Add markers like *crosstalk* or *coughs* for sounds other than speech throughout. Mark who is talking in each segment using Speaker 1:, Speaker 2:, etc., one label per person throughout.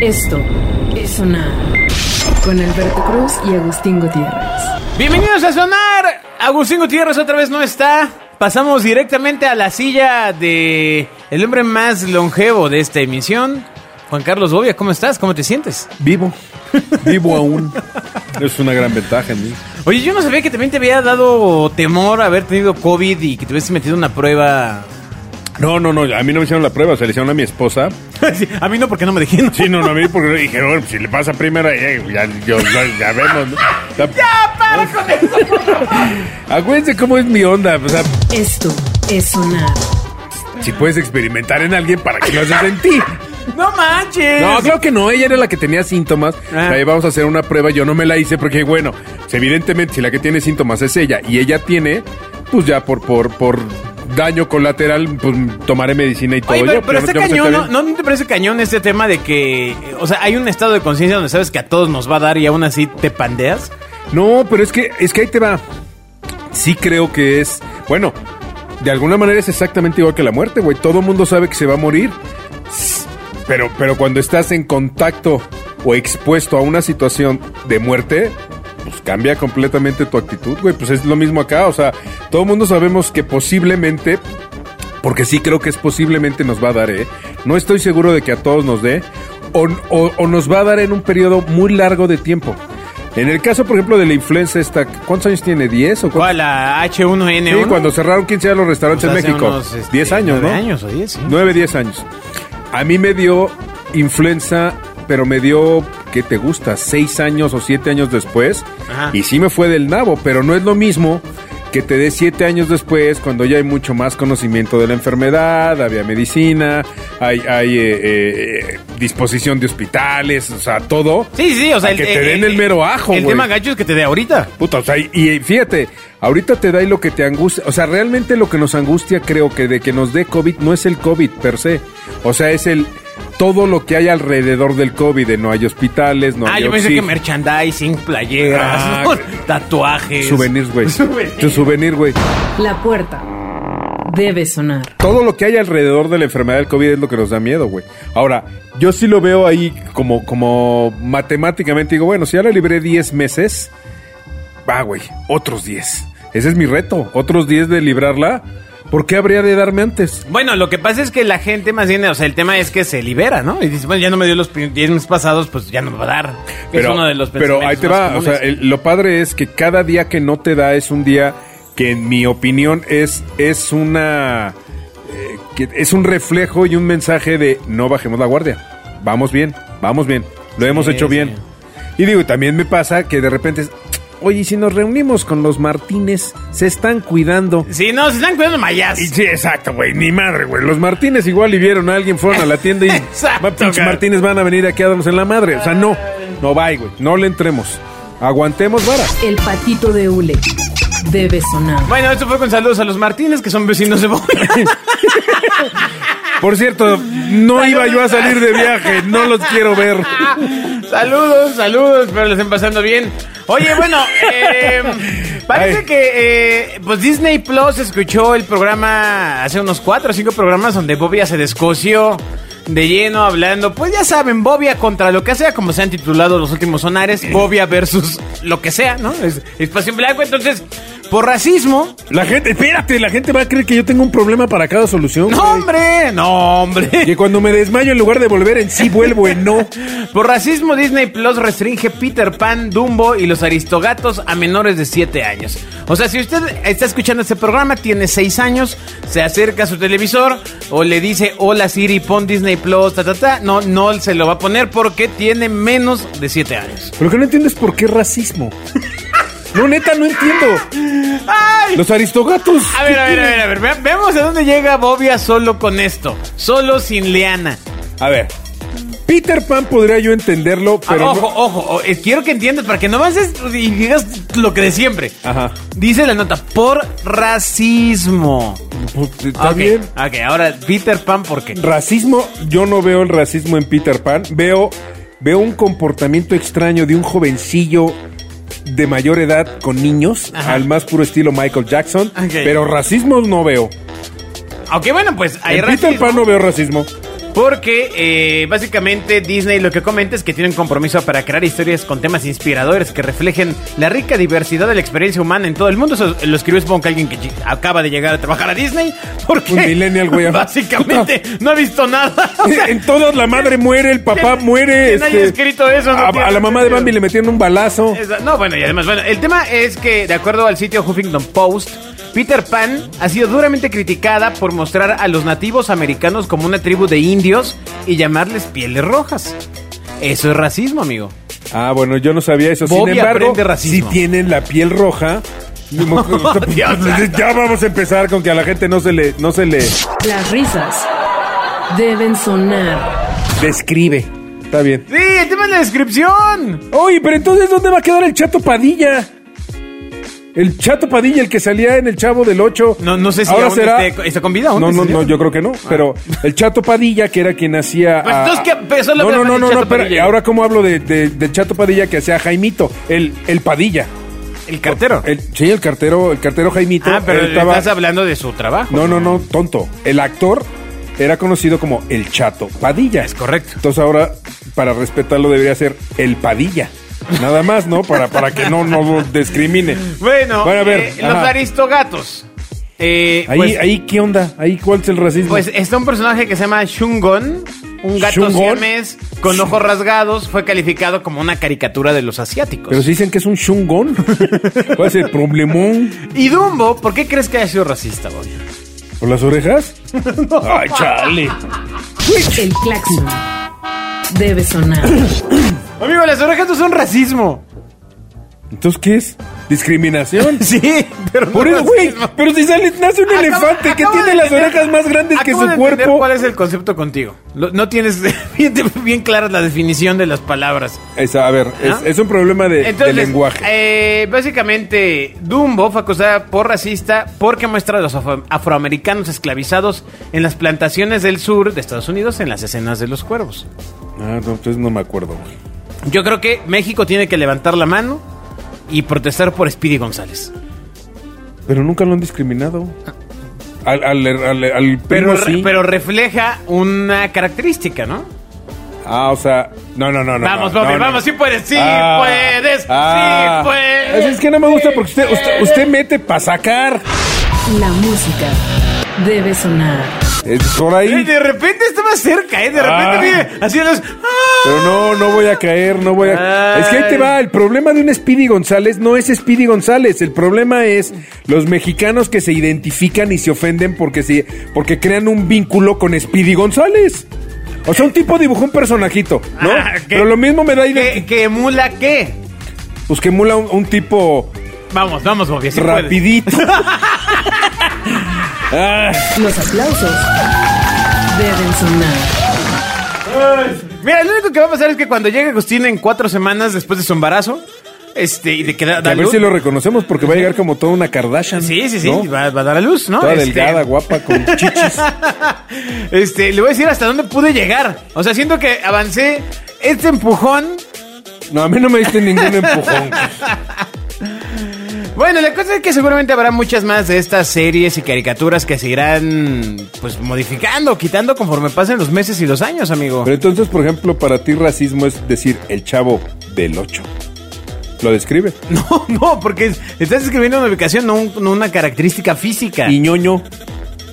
Speaker 1: Esto es Sonar con Alberto Cruz y Agustín Gutiérrez.
Speaker 2: Bienvenidos a Sonar. Agustín Gutiérrez otra vez no está. Pasamos directamente a la silla de el hombre más longevo de esta emisión, Juan Carlos Bobia. ¿Cómo estás? ¿Cómo te sientes?
Speaker 3: Vivo. Vivo aún. Es una gran ventaja en mí.
Speaker 2: Oye, yo no sabía que también te había dado temor haber tenido COVID y que te hubiese metido una prueba.
Speaker 3: No, no, no. A mí no me hicieron la prueba. O sea, le hicieron a mi esposa.
Speaker 2: *laughs* Sí, a mí no, porque no me dijeron.
Speaker 3: Sí, no, no a mí porque dije, bueno, si le pasa primero, eh, ya, yo- ya, ya vemos. ¿no? O sea,
Speaker 2: ¡Ya, para con eso!
Speaker 3: acuérdense cómo es mi onda. O sea,
Speaker 1: Esto es Sonar.
Speaker 3: si puedes experimentar en alguien, ¿para qué lo haces en ti?
Speaker 2: *laughs* ¡No manches!
Speaker 3: No, claro que no. Ella era la que tenía síntomas.
Speaker 2: Ah.
Speaker 3: La llevamos a hacer una prueba. Yo no me la hice porque, bueno, pues, evidentemente, si la que tiene síntomas es ella y ella tiene, pues ya por, por, por daño colateral, pues tomaré medicina y todo.
Speaker 2: Oye, pero,
Speaker 3: Ya,
Speaker 2: pero
Speaker 3: ya-
Speaker 2: está
Speaker 3: ya me
Speaker 2: cañón,
Speaker 3: sentía
Speaker 2: ¿no?
Speaker 3: bien.
Speaker 2: ¿no te parece cañón este tema de que, eh, o sea, hay un estado de conciencia donde sabes que a todos nos va a dar y aún así te pandeas?
Speaker 3: No, pero es que, es que ahí te va. Sí creo que es. Bueno, de alguna manera es exactamente igual que la muerte, güey. Todo mundo sabe que se va a morir. S- Pero, pero cuando estás en contacto o expuesto a una situación de muerte, pues cambia completamente tu actitud, güey. Pues es lo mismo acá. O sea, todo mundo sabemos que posiblemente porque sí creo que es posiblemente nos va a dar, ¿eh? No estoy seguro de que a todos nos dé, o, o- o nos va a dar en un periodo muy largo de tiempo. En el caso, por ejemplo, de la influenza esta, ¿cuántos años tiene? ¿10 o cuántos?
Speaker 2: ¿Cuál? ¿La H1N1?
Speaker 3: Sí, cuando cerraron 15 años los restaurantes
Speaker 2: Pues hace
Speaker 3: en México.
Speaker 2: unos, este,
Speaker 3: 10 años, ¿no?
Speaker 2: nueve años o 10, sí.
Speaker 3: 9, 10 años. A mí me dio influenza, pero me dio, ¿qué te gusta? 6 años o 7 años después.
Speaker 2: Ajá.
Speaker 3: Y sí me fue del nabo, pero no es lo mismo que te dé 7 años después, cuando ya hay mucho más conocimiento de la enfermedad, había medicina, hay, hay eh, eh, disposición de hospitales, o sea, todo.
Speaker 2: Sí, sí, o sea...
Speaker 3: A que te den el mero ajo,
Speaker 2: El
Speaker 3: güey.
Speaker 2: tema gacho es que te dé ahorita.
Speaker 3: Puta, o sea, y, y fíjate, ahorita te da y lo que te angustia, o sea, realmente lo que nos angustia creo que de que nos dé COVID no es el COVID per se, o sea, es el todo lo que hay alrededor del COVID, de no hay hospitales, no
Speaker 2: ah,
Speaker 3: hay
Speaker 2: yo pensé que
Speaker 3: oxígeno,
Speaker 2: merchandising, playeras, *laughs*
Speaker 3: Ah,
Speaker 2: ¿no?
Speaker 3: que-
Speaker 2: tatuajes.
Speaker 3: souvenirs, güey.
Speaker 2: *laughs* Souvenirs.
Speaker 3: Tu souvenir, güey.
Speaker 1: La puerta debe sonar.
Speaker 3: Todo lo que hay alrededor de la enfermedad del COVID es lo que nos da miedo, güey. Ahora, yo sí lo veo ahí como, como matemáticamente. Digo, bueno, si ya la libré 10 meses, va, güey, otros 10. Ese es mi reto, otros 10 de librarla. ¿Por qué habría de darme antes?
Speaker 2: Bueno, lo que pasa es que la gente más bien, o sea, el tema es que se libera, ¿no? Y dices, bueno, ya no me dio los prim- 10 meses pasados, pues ya no me va a dar. es uno de los
Speaker 3: pero ahí
Speaker 2: pensamientos
Speaker 3: te
Speaker 2: más
Speaker 3: va, o sea,
Speaker 2: comunes.
Speaker 3: el- lo padre es que cada día que no te da es un día que en mi opinión es, es una eh, que es un reflejo y un mensaje de no bajemos la guardia. Vamos bien, vamos bien, lo hemos hecho
Speaker 2: sí.
Speaker 3: bien. Y digo, también me pasa que de repente es, oye, ¿y si nos reunimos con los Martínez, se están cuidando.
Speaker 2: Sí, no, se están cuidando mayas.
Speaker 3: Y sí, exacto, güey, ni madre, güey. Los Martínez igual y vieron a alguien, fueron a la tienda y
Speaker 2: Exacto,
Speaker 3: va, pinches
Speaker 2: cara.
Speaker 3: Martínez van a venir aquí a darnos en la madre. O sea, no, no va, güey, no le entremos. Aguantemos vara.
Speaker 1: El patito de hule debe sonar.
Speaker 2: Bueno, esto fue con saludos a los Martínez, que son vecinos de Bob.
Speaker 3: *laughs* Por cierto, no iba yo a salir de viaje, no los quiero ver.
Speaker 2: *laughs* saludos, saludos, pero les estén pasando bien. Oye, bueno, eh, parece
Speaker 3: Ay.
Speaker 2: que eh, pues Disney Plus escuchó el programa hace unos cuatro o cinco programas donde Bobia se descoció de lleno hablando. Pues ya saben, Bobia contra lo que sea, como se han titulado los últimos sonares, Bobia versus lo que sea, ¿no? Es espacio en blanco. Entonces, por racismo,
Speaker 3: La gente, espérate, la gente va a creer que yo tengo un problema para cada solución.
Speaker 2: no,
Speaker 3: güey.
Speaker 2: hombre, no, hombre.
Speaker 3: Que cuando me desmayo, en lugar de volver en sí, vuelvo en no.
Speaker 2: Por racismo, Disney Plus restringe Peter Pan, Dumbo y los Aristogatos a menores de 7 años. O sea, si usted está escuchando este programa, tiene 6 años, se acerca a su televisor o le dice, hola Siri, pon Disney Plus, ta, ta, ta. No, no se lo va a poner porque tiene menos de 7 años.
Speaker 3: Pero que no entiendes por qué racismo. No, neta, no entiendo.
Speaker 2: ¡Ay!
Speaker 3: Los aristogatos.
Speaker 2: A ver, a ver, a ver, a ver, ve- veamos a dónde llega Bobia solo con esto, solo sin Leana.
Speaker 3: A ver. Peter Pan podría yo entenderlo,
Speaker 2: Ah,
Speaker 3: pero. no-
Speaker 2: ojo, ojo, o- eh, quiero que entiendas para que no avances y digas lo que de siempre.
Speaker 3: Ajá.
Speaker 2: Dice la nota, por racismo.
Speaker 3: Pues, Está
Speaker 2: Ok,
Speaker 3: bien.
Speaker 2: Ok, ahora Peter Pan, ¿por qué?
Speaker 3: Racismo, yo no veo el racismo en Peter Pan. Veo, veo un comportamiento extraño de un jovencillo de mayor edad con niños,
Speaker 2: Ajá.
Speaker 3: al más puro estilo Michael Jackson.
Speaker 2: Ok.
Speaker 3: Pero racismo no veo.
Speaker 2: Aunque bueno, pues hay
Speaker 3: en Peter
Speaker 2: racismo.
Speaker 3: Pan no veo racismo.
Speaker 2: Porque eh, básicamente Disney lo que comenta es que tiene un compromiso para crear historias con temas inspiradores que reflejen la rica diversidad de la experiencia humana en todo el mundo. Eso lo escribió supongo que alguien que lle- acaba de llegar a trabajar a Disney. Porque
Speaker 3: Un millennial, güey.
Speaker 2: *laughs*
Speaker 3: *laughs*
Speaker 2: Básicamente no ha visto nada. O sea,
Speaker 3: En todos la madre muere,
Speaker 2: *laughs*
Speaker 3: el papá
Speaker 2: ¿quién-
Speaker 3: muere.
Speaker 2: quién haya
Speaker 3: este,
Speaker 2: escrito eso? No
Speaker 3: a,
Speaker 2: tiene
Speaker 3: a la mamá de
Speaker 2: sentido.
Speaker 3: Bambi le metieron un balazo.
Speaker 2: Esa- No, bueno, y además, bueno, el tema es que, de acuerdo al sitio Huffington Post, Peter Pan ha sido duramente criticada por mostrar a los nativos americanos como una tribu de indios y llamarles pieles rojas. Eso es racismo, amigo.
Speaker 3: Ah, bueno, yo no sabía eso. Sin
Speaker 2: Bobby
Speaker 3: embargo,
Speaker 2: aprende
Speaker 3: si
Speaker 2: racismo.
Speaker 3: tienen la
Speaker 2: *laughs*
Speaker 3: piel roja. *laughs* pues,
Speaker 2: Dios
Speaker 3: ya vamos a empezar con que a la gente no se le, no se le
Speaker 1: Las risas deben sonar.
Speaker 3: describe. Está bien.
Speaker 2: Sí, el tema es la descripción.
Speaker 3: Oye, pero entonces, ¿dónde va a quedar el chato Padilla? El chato Padilla, el que salía en el Chavo del 8.
Speaker 2: No- no sé si aún esté- está con vida,
Speaker 3: No,
Speaker 2: aún
Speaker 3: no,
Speaker 2: ese
Speaker 3: no,
Speaker 2: señor.
Speaker 3: yo creo que no. Pero el chato Padilla, que era quien hacía.
Speaker 2: Pues
Speaker 3: a-
Speaker 2: entonces, ¿qué? Pero solo
Speaker 3: no, no,
Speaker 2: hablas
Speaker 3: no,
Speaker 2: del
Speaker 3: no,
Speaker 2: Chato
Speaker 3: no, pero
Speaker 2: Padilla.
Speaker 3: ahora, ¿cómo hablo de, de- del chato Padilla que hacía Jaimito? El, el Padilla.
Speaker 2: El cartero.
Speaker 3: El, sí, el cartero, el cartero Jaimito.
Speaker 2: ah, pero Mm.
Speaker 3: él estaba-
Speaker 2: estás hablando de su trabajo.
Speaker 3: No, no, no, tonto. El actor era conocido como el chato Padilla.
Speaker 2: Es correcto.
Speaker 3: Entonces ahora, para respetarlo, debería ser el Padilla. Nada más, ¿no? Para, para que no nos discrimine.
Speaker 2: Bueno,
Speaker 3: Bueno, a ver,
Speaker 2: eh, los
Speaker 3: ajá.
Speaker 2: aristogatos. Eh,
Speaker 3: Ahí,
Speaker 2: pues-
Speaker 3: ahí, ¿qué onda? Ahí, ¿cuál es el racismo?
Speaker 2: Pues está un personaje que se llama Shungon, un gato
Speaker 3: ¿Shungon?
Speaker 2: siamés con ojos rasgados, fue calificado como una caricatura de los asiáticos.
Speaker 3: Pero si dicen que es un shungón.
Speaker 2: eh.
Speaker 3: ¿Cuál es el problemón?
Speaker 2: Y Dumbo, ¿por qué crees que haya sido racista, Bobby?
Speaker 3: ¿Por
Speaker 2: *laughs*
Speaker 3: las orejas? Ay, chale.
Speaker 1: El claxon debe sonar.
Speaker 2: Amigo, las orejas no son racismo.
Speaker 3: Entonces, ¿qué es? ¿Discriminación?
Speaker 2: *laughs* Sí, pero no
Speaker 3: Por eso, güey.
Speaker 2: racismo.
Speaker 3: Pero si sale, nace un
Speaker 2: Acabo-
Speaker 3: elefante que
Speaker 2: acabo
Speaker 3: tiene
Speaker 2: de
Speaker 3: las
Speaker 2: entender-
Speaker 3: orejas más grandes que
Speaker 2: acabo
Speaker 3: su
Speaker 2: de entender
Speaker 3: cuerpo.
Speaker 2: ¿Cuál es el concepto contigo? Lo- no tienes *laughs* bien, bien clara la definición de las palabras.
Speaker 3: Esa, a ver, es,
Speaker 2: ¿Ah?
Speaker 3: es un problema de, de
Speaker 2: Entonces,
Speaker 3: lenguaje.
Speaker 2: eh, básicamente, Dumbo fue acusada por racista porque muestra a los afro- afroamericanos esclavizados en las plantaciones del sur de Estados Unidos en las escenas de los cuervos.
Speaker 3: Ah, no, entonces no me acuerdo, güey.
Speaker 2: Yo creo que México tiene que levantar la mano y protestar por Speedy González.
Speaker 3: Pues Pero nunca lo han discriminado. Al, al, al, al primo
Speaker 2: Pero, re-
Speaker 3: sí.
Speaker 2: pero refleja una característica, ¿no?
Speaker 3: Ah, o sea, no, no, no, no.
Speaker 2: vamos,
Speaker 3: no,
Speaker 2: Bobby,
Speaker 3: no, no.
Speaker 2: vamos, sí puedes, sí
Speaker 3: Ah,
Speaker 2: puedes,
Speaker 3: ah.
Speaker 2: sí puedes.
Speaker 3: Así Es que no me gusta porque usted, usted, usted mete para sacar.
Speaker 1: La música debe sonar.
Speaker 3: Es por
Speaker 2: Eh,
Speaker 3: ahí.
Speaker 2: De repente está más cerca, ¿eh? De
Speaker 3: Ah.
Speaker 2: repente, mire, así los...
Speaker 3: Pero no, no voy a caer, no voy a...
Speaker 2: Ay.
Speaker 3: Es que ahí te va, el problema de un Speedy González no es Speedy González, el problema es los mexicanos que se identifican y se ofenden porque, se, porque crean un vínculo con Speedy González. O sea, un tipo dibujó un personajito, ¿no?
Speaker 2: Ah, ¿qué?
Speaker 3: Pero lo mismo me da
Speaker 2: ¿Qué,
Speaker 3: idea.
Speaker 2: ¿Qué emula qué?
Speaker 3: Pues que emula un, un tipo
Speaker 2: Vamos, vamos, Bobby. así *laughs*
Speaker 3: rapidito. Ah,
Speaker 1: Los aplausos deben sonar.
Speaker 2: puedes. Mira, lo único que va a pasar es que cuando llegue Agustín en cuatro semanas después de su embarazo, este, y de que da,
Speaker 3: que
Speaker 2: da
Speaker 3: a ver
Speaker 2: luz-
Speaker 3: si lo reconocemos porque va a llegar como toda una Kardashian.
Speaker 2: Sí, sí, sí,
Speaker 3: ¿no?
Speaker 2: va, va a dar a luz, ¿no?
Speaker 3: Toda
Speaker 2: Este,
Speaker 3: delgada, guapa, con chichis.
Speaker 2: Este, le voy a decir hasta dónde pude llegar. O sea, siento que avancé este empujón.
Speaker 3: No, a mí no me diste ningún
Speaker 2: *laughs*
Speaker 3: empujón.
Speaker 2: Bueno, la cosa es que seguramente habrá muchas más de estas series y caricaturas que se irán, pues, modificando, quitando conforme pasen los meses y los años, amigo.
Speaker 3: Pero entonces, por ejemplo, para ti racismo es decir el chavo del 8. Lo describe.
Speaker 2: *laughs* No, no, porque es- estás escribiendo una ubicación, no, un- no una característica física.
Speaker 3: Y ñoño.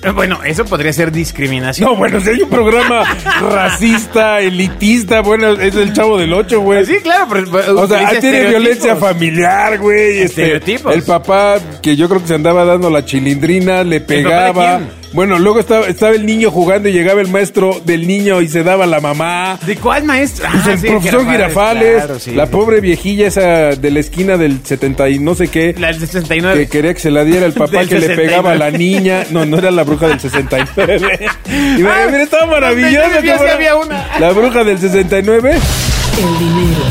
Speaker 2: Eh, Bueno, eso podría ser discriminación.
Speaker 3: No, bueno, si hay
Speaker 2: *laughs*
Speaker 3: un programa racista, elitista, bueno, es el chavo del 8, güey.
Speaker 2: Sí, claro, pero. pero
Speaker 3: pues, O sea,
Speaker 2: utiliza
Speaker 3: ahí tiene
Speaker 2: estereotipos.
Speaker 3: violencia familiar, güey. Este,
Speaker 2: Estereotipos.
Speaker 3: el papá, que yo creo que se andaba dando la chilindrina, le
Speaker 2: papá
Speaker 3: pegaba.
Speaker 2: de quién?
Speaker 3: Bueno, luego estaba, estaba el niño jugando y llegaba el maestro del niño y se daba la mamá.
Speaker 2: ¿De cuál maestro?
Speaker 3: Pues
Speaker 2: Ah,
Speaker 3: el
Speaker 2: sí,
Speaker 3: profesor Girafales,
Speaker 2: claro, sí,
Speaker 3: la
Speaker 2: sí.
Speaker 3: pobre viejilla esa de la esquina del 70 y no sé qué.
Speaker 2: La del
Speaker 3: que
Speaker 2: 69.
Speaker 3: quería que se la diera el papá
Speaker 2: Del
Speaker 3: que le
Speaker 2: 69.
Speaker 3: pegaba a la niña. No, no era la bruja
Speaker 2: *laughs*
Speaker 3: del 69. Y me-
Speaker 2: Ah,
Speaker 3: mira, estaba maravillosa.
Speaker 2: 69, ya sí
Speaker 3: cabrón.
Speaker 2: había una.
Speaker 3: La bruja del 69,
Speaker 1: El dinero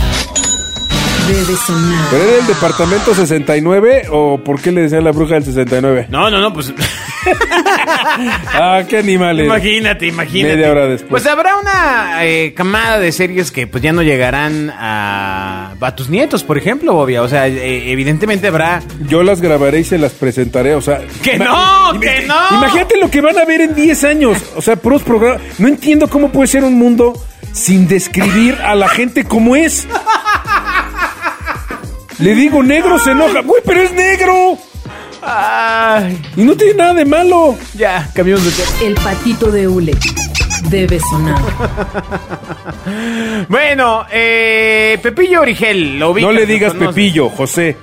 Speaker 1: debe sonar.
Speaker 3: pero era el departamento 69 o por qué le decían la bruja del 69? *laughs*
Speaker 2: No, no, no, pues.
Speaker 3: ah, qué animal eres.
Speaker 2: *laughs* Imagínate, imagínate.
Speaker 3: Media hora después.
Speaker 2: Pues habrá una eh, camada de series que pues ya no llegarán a, a tus nietos, por ejemplo, obvia. O sea, eh, evidentemente habrá.
Speaker 3: Yo las grabaré y se las presentaré, o sea...
Speaker 2: ¡Que
Speaker 3: ima-
Speaker 2: no!
Speaker 3: ima-
Speaker 2: ¡Que no!
Speaker 3: Imagínate lo que van a ver en 10 años. O sea, puros programas... No entiendo cómo puede ser un mundo sin describir a la gente como es. Le digo, negro se enoja. ¡Güey, pero es negro!
Speaker 2: Ay,
Speaker 3: Y no tiene nada de malo.
Speaker 2: ya, cambiamos de tema.
Speaker 1: El patito de hule debe sonar.
Speaker 2: Bueno, eh, Pepillo Origel, lo vi.
Speaker 3: No le digas Pepillo, José.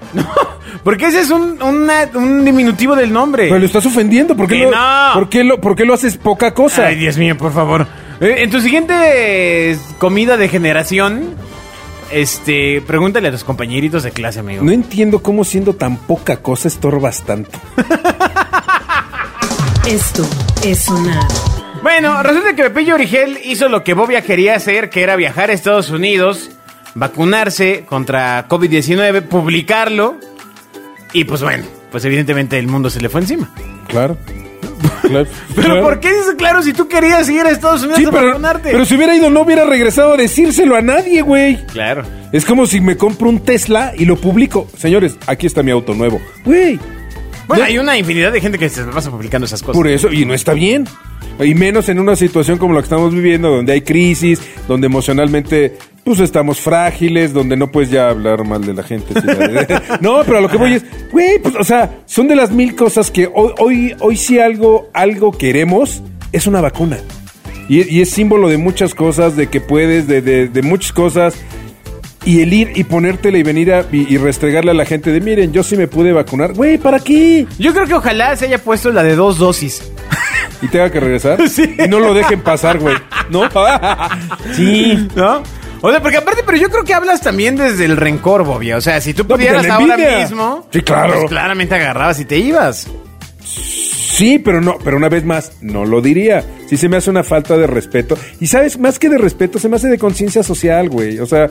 Speaker 2: Porque ese es un, una- un diminutivo del nombre.
Speaker 3: Pero lo estás ofendiendo. ¿Por qué,
Speaker 2: Que
Speaker 3: lo,
Speaker 2: no.
Speaker 3: ¿por qué lo, por qué lo haces poca cosa?
Speaker 2: Ay, Dios mío, por favor. Eh, En tu siguiente eh, comida de generación, este, pregúntale a tus compañeritos de clase, amigo.
Speaker 3: No entiendo cómo siendo tan poca cosa estorbas tanto.
Speaker 1: Esto es sonar.
Speaker 2: Bueno, resulta que Pepillo Origel hizo lo que Bobia quería hacer, que era viajar a Estados Unidos, vacunarse contra COVID-19, publicarlo. Y pues bueno, pues evidentemente el mundo se le fue encima.
Speaker 3: Claro. Claro.
Speaker 2: *laughs* Pero
Speaker 3: Claro.
Speaker 2: ¿por qué dices, claro, si tú querías ir a Estados Unidos
Speaker 3: Sí,
Speaker 2: a
Speaker 3: pero,
Speaker 2: vacunarte?
Speaker 3: pero si hubiera ido no hubiera regresado a decírselo a nadie, güey.
Speaker 2: Claro.
Speaker 3: Es como si me compro un Tesla y lo publico. Señores, aquí está mi auto nuevo. Güey,
Speaker 2: Bueno,
Speaker 3: Ya-
Speaker 2: hay una infinidad de gente que se pasa publicando esas cosas.
Speaker 3: por eso, y no está bien. Y menos en una situación como la que estamos viviendo, donde hay crisis, donde emocionalmente pues estamos frágiles, donde no puedes ya hablar mal de la gente. si la- no, pero a lo que voy es, güey, pues, o sea, son de las mil cosas que hoy, hoy, hoy sí algo, algo queremos, es una vacuna. Y, y es símbolo de muchas cosas, de que puedes, de, de- de muchas cosas. Y el ir y ponértela y venir a, y, y restregarle a la gente de, miren, yo sí me pude vacunar. Güey, ¿para qué?
Speaker 2: Yo creo que ojalá se haya puesto la de dos dosis.
Speaker 3: y tenga que regresar.
Speaker 2: *laughs* Sí.
Speaker 3: Y no lo dejen pasar, güey.
Speaker 2: *laughs*
Speaker 3: ¿No? sí.
Speaker 2: ¿No? O sea, porque aparte, pero yo creo que hablas también desde el rencor, Bobia. O sea, si tú
Speaker 3: porque
Speaker 2: pudieras
Speaker 3: la
Speaker 2: ahora
Speaker 3: envidia.
Speaker 2: mismo,
Speaker 3: Sí, claro.
Speaker 2: pues claramente agarrabas y te ibas.
Speaker 3: Sí, pero no, pero una vez más, no lo diría. Sí se me hace una falta de respeto. Y sabes, más que de respeto, se me hace de conciencia social, güey. O sea,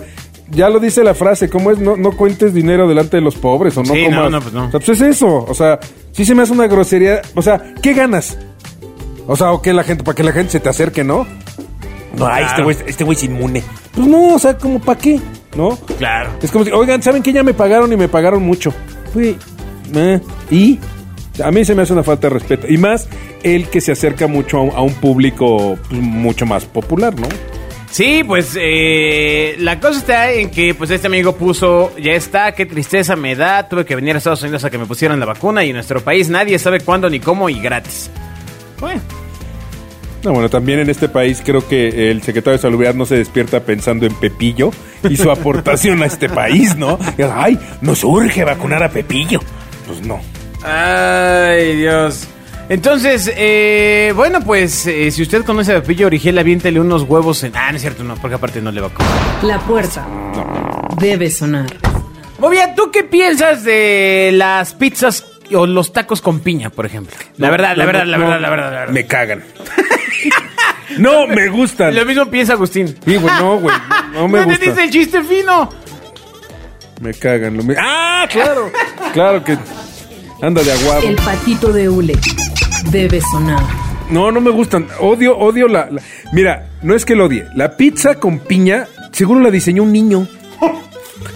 Speaker 3: ya lo dice la frase, ¿cómo es? No, no cuentes dinero delante de los pobres o no
Speaker 2: Sí, no,
Speaker 3: comas.
Speaker 2: no, pues no.
Speaker 3: O sea, pues es eso. O sea, sí se me hace una grosería. O sea, ¿qué ganas? O sea, o que la gente, para que la gente se te acerque, ¿no? No, ay, este
Speaker 2: Claro.
Speaker 3: güey este güey es inmune. Pues no, o sea, como para qué, ¿no?
Speaker 2: Claro.
Speaker 3: Es como si, oigan, ¿saben que ya me pagaron y me pagaron mucho? Güey, eh, ¿y? A mí se me hace una falta de respeto. Y más el que se acerca mucho a un, a un público pues, mucho más popular, ¿no?
Speaker 2: Sí, pues eh, la cosa está en que pues este amigo puso, ya está, qué tristeza me da, tuve que venir a Estados Unidos a que me pusieran la vacuna y en nuestro país nadie sabe cuándo ni cómo y gratis. Bueno,
Speaker 3: No, bueno, también en este país creo que el secretario de Salubridad no se despierta pensando en Pepillo y su *laughs* aportación a este país, ¿no? Y, Ay, nos urge vacunar a Pepillo. Pues no.
Speaker 2: Ay, Dios. Entonces, eh, bueno, pues eh, si usted conoce a Pepillo Origel, aviéntele unos huevos en... Ah, no es cierto, no, porque aparte no le va a comer.
Speaker 1: La puerta debe sonar.
Speaker 2: Bobia, ¿tú qué piensas de las pizzas o los tacos con piña, por ejemplo? La verdad, la
Speaker 3: No,
Speaker 2: verdad, la
Speaker 3: no,
Speaker 2: verdad, la verdad, la verdad.
Speaker 3: Me cagan. *laughs* no, me
Speaker 2: *laughs*
Speaker 3: gustan.
Speaker 2: Lo mismo piensa Agustín.
Speaker 3: Sí, güey, no, güey. No me
Speaker 2: te dice
Speaker 3: gustan.
Speaker 2: el chiste fino.
Speaker 3: Me cagan. Lo me... ¡Ah, claro! claro que... Anda de aguado.
Speaker 1: El patito de hule debe sonar.
Speaker 3: No, no me gustan. Odio, odio la, la- Mira, no es que lo odie. La pizza con piña, seguro la diseñó un niño.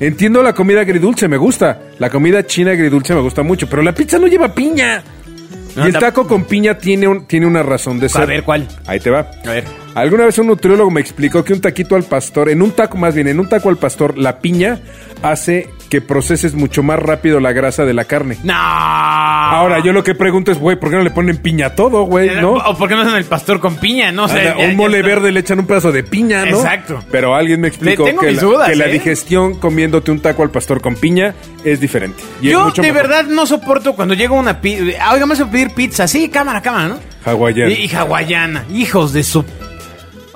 Speaker 3: Entiendo la comida agridulce, me gusta. La comida china agridulce me gusta mucho. Pero la pizza no lleva piña.
Speaker 2: No,
Speaker 3: y el
Speaker 2: la-
Speaker 3: taco con piña tiene, un- tiene una razón de ser.
Speaker 2: ver, ¿cuál?
Speaker 3: Ahí te va.
Speaker 2: A ver.
Speaker 3: Alguna vez un nutriólogo me explicó que un taquito al pastor, en un taco más bien, en un taco al pastor, la piña hace que proceses mucho más rápido la grasa de la carne.
Speaker 2: No.
Speaker 3: Ahora, yo lo que pregunto es, güey, ¿por qué no le ponen piña a todo, güey? ¿No?
Speaker 2: ¿O por qué no hacen el pastor con piña? No sé.
Speaker 3: Anda,
Speaker 2: ya-
Speaker 3: un
Speaker 2: ya
Speaker 3: mole
Speaker 2: está.
Speaker 3: verde le echan un pedazo de piña, ¿no?
Speaker 2: Exacto.
Speaker 3: Pero alguien me explicó
Speaker 2: Le tengo
Speaker 3: que,
Speaker 2: mis
Speaker 3: la,
Speaker 2: dudas,
Speaker 3: que la
Speaker 2: ¿eh?
Speaker 3: digestión comiéndote un taco al pastor con piña es diferente. Y es
Speaker 2: Yo
Speaker 3: mucho
Speaker 2: de
Speaker 3: mejor.
Speaker 2: verdad no soporto cuando llega una pizza. Oiga, me vas a pedir pizza. Sí, cámara, cámara, ¿no?
Speaker 3: Hawaiana.
Speaker 2: Y, y hawaiana. Hijos de su.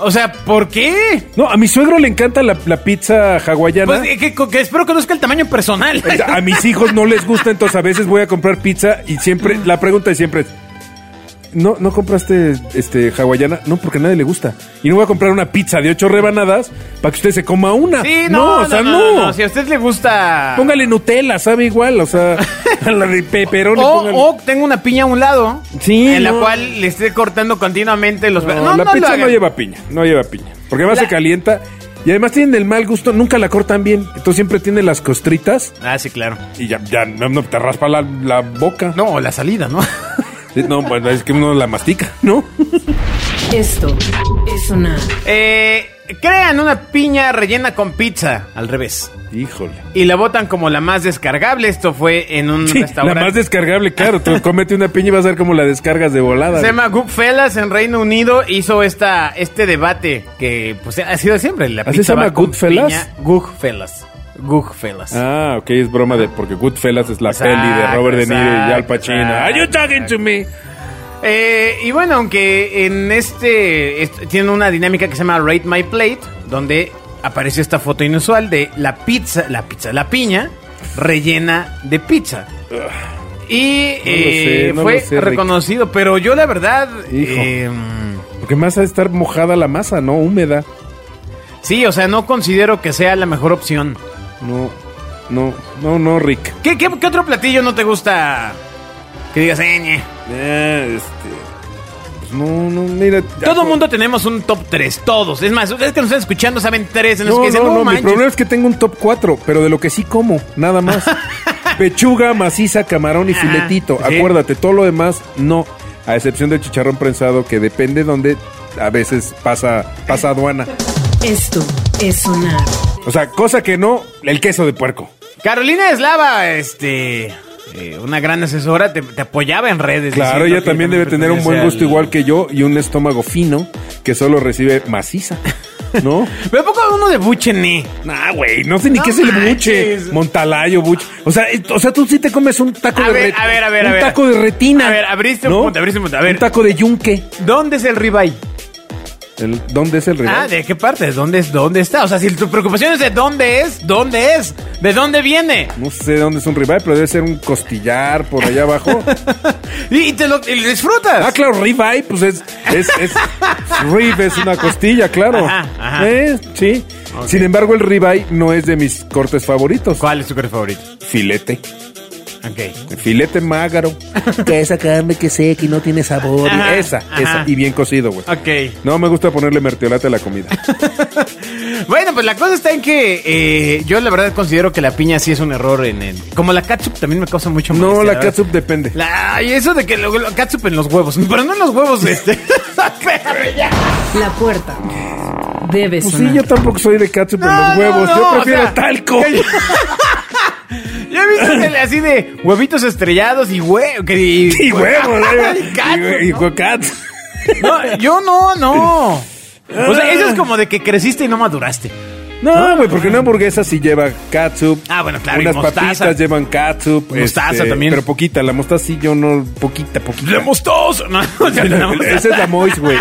Speaker 2: O sea, ¿por qué?
Speaker 3: No, a mi suegro le encanta la, la pizza hawaiana.
Speaker 2: Pues eh, que, que espero conozca el tamaño personal.
Speaker 3: O sea,
Speaker 2: Mm.
Speaker 3: A mis hijos no les gusta, entonces a veces voy a comprar pizza y siempre, la pregunta siempre es, no, no compraste este hawaiana, no, porque a nadie le gusta. Y no voy a comprar una pizza de ocho rebanadas para que usted se coma una.
Speaker 2: *laughs* Sí, no,
Speaker 3: o sea, no.
Speaker 2: Si a usted le gusta.
Speaker 3: Póngale Nutella, sabe igual,
Speaker 2: *laughs*
Speaker 3: o sea, a la de peperón.
Speaker 2: O, o tengo una piña a un lado.
Speaker 3: Sí,
Speaker 2: En la
Speaker 3: no.
Speaker 2: cual le esté cortando continuamente los.
Speaker 3: No,
Speaker 2: lo
Speaker 3: la pizza no
Speaker 2: hagan.
Speaker 3: lleva piña, no lleva piña. Porque además
Speaker 2: La-
Speaker 3: se calienta y además tienen el mal gusto, nunca la cortan bien. Entonces siempre tiene las costritas
Speaker 2: Ah, sí, claro.
Speaker 3: y ya, ya no, no, te raspa la, la boca.
Speaker 2: No, la salida, ¿no? *laughs*
Speaker 3: Sí, No, bueno, es que uno la mastica, ¿no?
Speaker 1: Esto es sonar.
Speaker 2: Eh, crean una piña rellena con pizza, al revés.
Speaker 3: Híjole.
Speaker 2: Y la botan como la más descargable. Esto fue en un
Speaker 3: Sí, la
Speaker 2: restaurante.
Speaker 3: más descargable, claro. Tú comete una piña y vas a ver cómo la descargas de volada.
Speaker 2: Se llama Goodfellas en Reino Unido hizo esta este debate que pues ha sido siempre la
Speaker 3: ¿Así
Speaker 2: pizza
Speaker 3: se llama
Speaker 2: va con
Speaker 3: Goodfellas?
Speaker 2: piña. Goodfellas. Goodfellas.
Speaker 3: Ah, ok, es broma de porque Goodfellas es la
Speaker 2: Exacto,
Speaker 3: peli de Robert De Niro y Al
Speaker 2: exacto,
Speaker 3: Pacino.
Speaker 2: exacto,
Speaker 3: Are you talking to me?
Speaker 2: Eh, y bueno, aunque en este, est- tiene una dinámica que se llama Rate My Plate, donde aparece esta foto inusual de la pizza, la pizza, la piña rellena de pizza. Y eh,
Speaker 3: sé, Ah. no
Speaker 2: fue
Speaker 3: lo sé, Rick.
Speaker 2: reconocido, pero yo la verdad,
Speaker 3: Hijo.
Speaker 2: eh,
Speaker 3: Porque más a estar mojada la masa, ¿no? Húmeda.
Speaker 2: sí, o sea, no considero que sea la mejor opción.
Speaker 3: No, no, no, no, Rick.
Speaker 2: ¿Qué, qué- qué otro platillo no te gusta? Que digas, eh, ñe"?
Speaker 3: Eh, este. Pues no, no, mira. ya
Speaker 2: Todo
Speaker 3: no-
Speaker 2: mundo tenemos un top 3, todos. Es más, ustedes que nos están escuchando saben tres en los
Speaker 3: No,
Speaker 2: que
Speaker 3: no,
Speaker 2: dicen, no,
Speaker 3: no, mi
Speaker 2: manches".
Speaker 3: problema es que tengo un top 4, pero de lo que sí como,
Speaker 2: *laughs*
Speaker 3: nada más. Pechuga, maciza, camarón y
Speaker 2: Ajá,
Speaker 3: filetito.
Speaker 2: sí.
Speaker 3: Acuérdate, todo lo demás no, a excepción del chicharrón prensado que depende donde a veces pasa pasa aduana.
Speaker 1: Esto es sonar.
Speaker 3: O sea, cosa que no, el queso de puerco.
Speaker 2: Carolina Eslava, este. eh, una gran asesora, te, te apoyaba en redes.
Speaker 3: Claro,
Speaker 2: diciendo
Speaker 3: ella
Speaker 2: que
Speaker 3: también debe tener un buen
Speaker 2: pertenece
Speaker 3: gusto
Speaker 2: al-
Speaker 3: igual que yo y un estómago fino que solo recibe maciza.
Speaker 2: *laughs*
Speaker 3: ¿No?
Speaker 2: Pero ¿a poco uno de Buchene.
Speaker 3: Nah, güey, no sé ni
Speaker 2: No
Speaker 3: qué es el
Speaker 2: manches.
Speaker 3: buche. Montalayo, buche. O sea, eh, o sea, tú sí te comes un taco
Speaker 2: A
Speaker 3: de
Speaker 2: ver,
Speaker 3: retina.
Speaker 2: a ver, a ver, a
Speaker 3: Un
Speaker 2: ver.
Speaker 3: taco de retina.
Speaker 2: A ver, abriste un punto, abriste un punto, a ver.
Speaker 3: Un taco de yunque.
Speaker 2: ¿Dónde es el ribeye?
Speaker 3: El- ¿Dónde es el rival?
Speaker 2: Ah, ¿de qué parte? ¿Dónde, es, ¿Dónde está? O sea, si tu preocupación es de dónde es, ¿dónde es? ¿De dónde viene?
Speaker 3: No sé dónde es un rival, pero debe ser un costillar por allá
Speaker 2: *laughs*
Speaker 3: abajo.
Speaker 2: Y, y te lo y lo disfrutas.
Speaker 3: Ah, claro, ribeye, pues es, es, es rib es una costilla, claro.
Speaker 2: Ajá, ajá.
Speaker 3: Eh, Sí. Sin embargo, el ribeye no es de mis cortes favoritos.
Speaker 2: ¿Cuál es tu corte favorito?
Speaker 3: Filete.
Speaker 2: Ok.
Speaker 3: Filete magaro.
Speaker 4: *laughs* que esa carne que seca y no tiene sabor.
Speaker 2: Ajá,
Speaker 3: esa,
Speaker 2: ajá.
Speaker 3: esa. Y bien cocido, güey.
Speaker 2: Ok.
Speaker 3: No me gusta ponerle mertiolate a
Speaker 2: *laughs*
Speaker 3: la comida.
Speaker 2: Bueno, pues la cosa está en que eh, yo la verdad considero que la piña sí es un error en el... Como la catsup también me causa mucho
Speaker 3: No,
Speaker 2: molestia,
Speaker 3: la
Speaker 2: verdad.
Speaker 3: catsup depende.
Speaker 2: La- ay, eso de que lo, lo- catsup en los huevos. Pero no en los huevos
Speaker 3: *laughs*
Speaker 2: este. Espérame, ya.
Speaker 1: La puerta debe
Speaker 3: Pues sí, yo
Speaker 1: sonar.
Speaker 3: tampoco soy de catsup en
Speaker 2: No,
Speaker 3: los huevos.
Speaker 2: no, no,
Speaker 3: yo
Speaker 2: o
Speaker 3: prefiero
Speaker 2: sea, *laughs*
Speaker 3: talco.
Speaker 2: que- Yo he visto tele así de huevitos estrellados y huevos.
Speaker 3: *laughs* Y
Speaker 2: *laughs*
Speaker 3: huevos.
Speaker 2: Y
Speaker 3: eh,
Speaker 2: catsup,
Speaker 3: y- Y
Speaker 2: ¿no? *laughs*
Speaker 3: cuacats.
Speaker 2: No, yo no, no. O sea, eso es como de que creciste y no maduraste.
Speaker 3: No, güey, porque una hamburguesa sí lleva catsup.
Speaker 2: Ah, bueno, claro, y
Speaker 3: Unas
Speaker 2: mostaza.
Speaker 3: papitas llevan catsup. este,
Speaker 2: Mostaza también.
Speaker 3: Pero poquita, la mostaza sí, yo no, poquita, poquita. *laughs*
Speaker 2: mostoso! No, o sea, la mostaza.
Speaker 3: Esa es la Mois,
Speaker 2: *laughs*
Speaker 3: güey.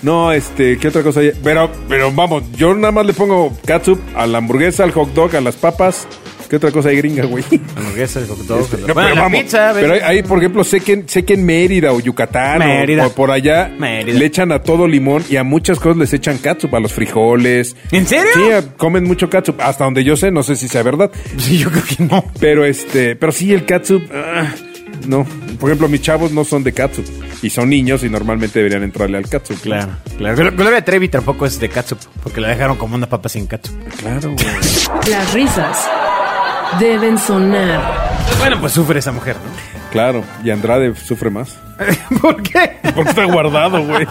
Speaker 3: No, este, ¿qué otra cosa hay? Pero, pero vamos, yo nada más le pongo catsup a la hamburguesa, al hot dog, a las papas. ¿Qué otra cosa hay gringa, güey? *laughs*
Speaker 2: Hamburguesa, el hot dog,
Speaker 3: Este,
Speaker 2: el-
Speaker 3: no,
Speaker 2: bueno,
Speaker 3: pero
Speaker 2: la
Speaker 3: vamos,
Speaker 2: pizza,
Speaker 3: pero ahí,
Speaker 2: ¿ves?
Speaker 3: ahí, por ejemplo, sé que, sé que en Mérida o Yucatán o-
Speaker 2: Mérida.
Speaker 3: o por allá
Speaker 2: Mérida.
Speaker 3: le echan a todo limón y a muchas cosas les echan catsup, a los frijoles.
Speaker 2: ¿En serio?
Speaker 3: Sí, a- comen mucho catsup, hasta donde yo sé, no sé si sea verdad.
Speaker 2: *laughs* Sí, yo creo que no.
Speaker 3: Pero este, pero sí, el catsup, ah, no. Por ejemplo, mis chavos no son de catsup y son niños y normalmente deberían entrarle al catsup.
Speaker 2: Claro, claro. Glo- Gloria Trevi tampoco es de catsup, porque la dejaron como una papa sin catsup.
Speaker 3: Claro, güey.
Speaker 1: Las risas deben sonar.
Speaker 2: Bueno, pues sufre esa mujer, ¿no?
Speaker 3: Claro, y Andrade sufre más.
Speaker 2: *laughs* ¿Por qué?
Speaker 3: Porque está guardado, güey.